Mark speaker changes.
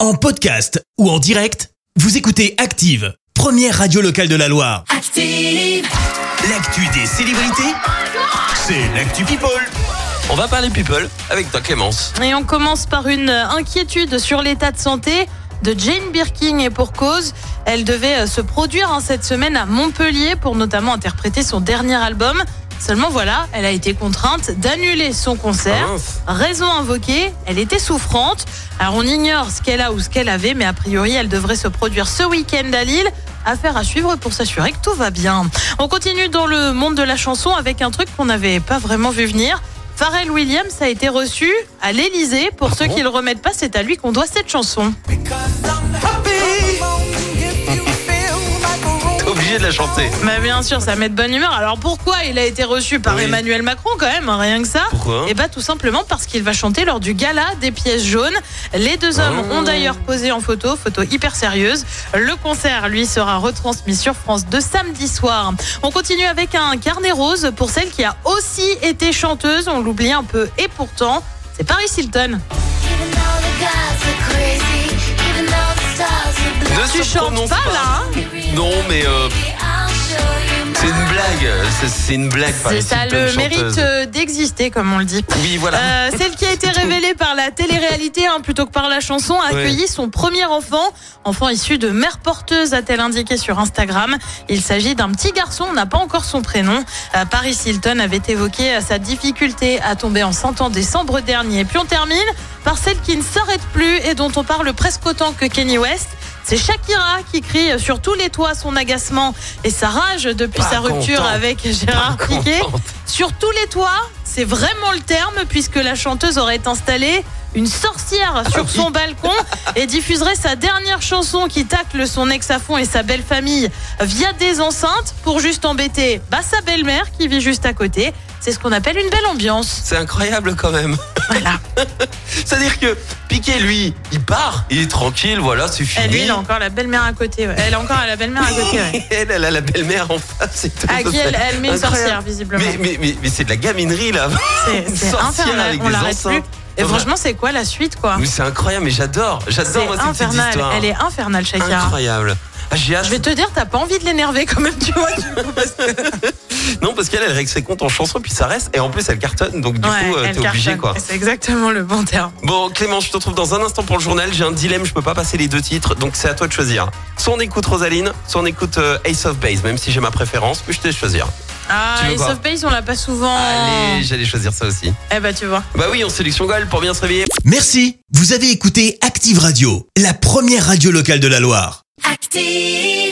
Speaker 1: En podcast ou en direct, vous écoutez Active, première radio locale de la Loire.
Speaker 2: Active,
Speaker 1: L'actu des célébrités, c'est l'actu People.
Speaker 3: On va parler people avec toi Clémence.
Speaker 4: Et on commence par une euh, inquiétude sur l'état de santé de Jane Birkin et pour cause. Elle devait euh, se produire hein, cette semaine à Montpellier pour notamment interpréter son dernier album. Seulement voilà, elle a été contrainte d'annuler son concert.
Speaker 3: Hein
Speaker 4: Raison invoquée, elle était souffrante. Alors on ignore ce qu'elle a ou ce qu'elle avait, mais a priori elle devrait se produire ce week-end à Lille. Affaire à suivre pour s'assurer que tout va bien. On continue dans le monde de la chanson avec un truc qu'on n'avait pas vraiment vu venir. Pharrell Williams a été reçu à l'Elysée. Pour ceux qui le remettent pas, c'est à lui qu'on doit cette chanson.
Speaker 3: T'es obligé de la chanter.
Speaker 4: Mais Bah, bien sûr, ça met de bonne humeur. Alors pourquoi il a été reçu par
Speaker 3: Oui.
Speaker 4: Emmanuel Macron quand même, hein, rien que ça
Speaker 3: Pourquoi
Speaker 4: Et bah tout simplement parce qu'il va chanter lors du gala des pièces jaunes. Les deux hommes
Speaker 3: Ah.
Speaker 4: ont d'ailleurs posé en photo, photo hyper sérieuse. Le concert, lui, sera retransmis sur France 2 samedi soir. On continue avec un carnet rose pour celle qui a aussi été chanteuse, on l'oublie un peu, et pourtant, c'est Paris Hilton.
Speaker 2: even though the gods are crazy, even though the stars are blue,
Speaker 3: Ne
Speaker 4: Tu
Speaker 3: se
Speaker 4: chantes
Speaker 3: prononce
Speaker 4: pas, là, hein
Speaker 3: Non mais euh,
Speaker 2: I'll show you
Speaker 3: c'est une blague. C'est- C'est une blague.
Speaker 4: C'est
Speaker 3: Paris
Speaker 4: ça
Speaker 3: Hilton,
Speaker 4: le
Speaker 3: chanteuse.
Speaker 4: mérite euh, d'exister, comme on le dit.
Speaker 3: Oui voilà.
Speaker 4: Euh, celle qui a été révélée par la télé-réalité hein, plutôt que par la chanson a
Speaker 3: Ouais.
Speaker 4: accueilli son premier enfant, enfant issu de mère porteuse, a-t-elle indiqué sur Instagram. Il s'agit d'un petit garçon, on n'a pas encore son prénom. Euh, Paris Hilton avait évoqué euh, sa difficulté à tomber enceinte en décembre dernier. Puis on termine par celle qui ne s'arrête plus et dont on parle presque autant que Kenny West. C'est Shakira qui crie sur tous les toits son agacement et sa rage depuis
Speaker 3: Pas
Speaker 4: sa rupture
Speaker 3: content.
Speaker 4: avec Gérard Piquet.
Speaker 3: Contente.
Speaker 4: Sur tous les toits, c'est vraiment le terme, puisque la chanteuse aurait installé une
Speaker 3: Ah
Speaker 4: sorcière sur son balcon et diffuserait sa dernière chanson qui tacle son ex à fond et sa belle famille via des enceintes pour juste embêter bah, sa belle-mère qui vit juste à côté. C'est ce qu'on appelle une belle ambiance.
Speaker 3: C'est incroyable quand même.
Speaker 4: Voilà.
Speaker 3: C'est-à-dire que Piqué lui, il part, il est tranquille, voilà, c'est fini.
Speaker 4: Elle, lui, il a encore la belle-mère à côté. ouais. Elle a encore la belle-mère à côté. ouais.
Speaker 3: Elle, elle a la belle-mère en face. et tout.
Speaker 4: À qui elle, elle met une
Speaker 3: Incroyable.
Speaker 4: sorcière, visiblement. Ah.
Speaker 3: Mais, mais, mais, mais c'est de la gaminerie là.
Speaker 4: C'est-
Speaker 3: une
Speaker 4: C'est
Speaker 3: sorcière
Speaker 4: infernal,
Speaker 3: avec
Speaker 4: on
Speaker 3: des
Speaker 4: l'arrête plus.
Speaker 3: enceintes.
Speaker 4: Et
Speaker 3: Ouais.
Speaker 4: franchement, c'est quoi la suite, quoi
Speaker 3: Mais c'est incroyable, mais j'adore, j'adore
Speaker 4: C'est
Speaker 3: moi cette petite
Speaker 4: infernal.
Speaker 3: histoire.
Speaker 4: Elle est infernale, Shakira.
Speaker 3: incroyable. Ah, J'ai hâte.
Speaker 4: Je vais te dire, t'as pas envie de l'énerver quand même, tu vois. tu-
Speaker 3: Non, parce qu'elle, elle règle ses comptes en chanson, puis ça reste. Et en plus, elle cartonne, donc du
Speaker 4: Ouais,
Speaker 3: coup, euh,
Speaker 4: elle
Speaker 3: t'es obligé,
Speaker 4: cartonne.
Speaker 3: quoi.
Speaker 4: C'est exactement le bon terme.
Speaker 3: Bon, Clément, je te retrouve dans un instant pour le journal. J'ai un dilemme, je peux pas passer les deux titres, donc c'est à toi de choisir. Soit on écoute Rosaline, soit on écoute euh, Ace of Base, même si j'ai ma préférence, mais je te laisse choisir.
Speaker 4: Ah,
Speaker 3: Tu veux
Speaker 4: et
Speaker 3: quoi
Speaker 4: Soft Base, on l'a pas souvent.
Speaker 3: Allez, j'allais choisir ça aussi.
Speaker 4: Eh bah, tu vois.
Speaker 3: Bah oui, on sélection Goal pour bien se réveiller.
Speaker 1: Merci, vous avez écouté Active Radio, la première radio locale de la Loire.
Speaker 2: active.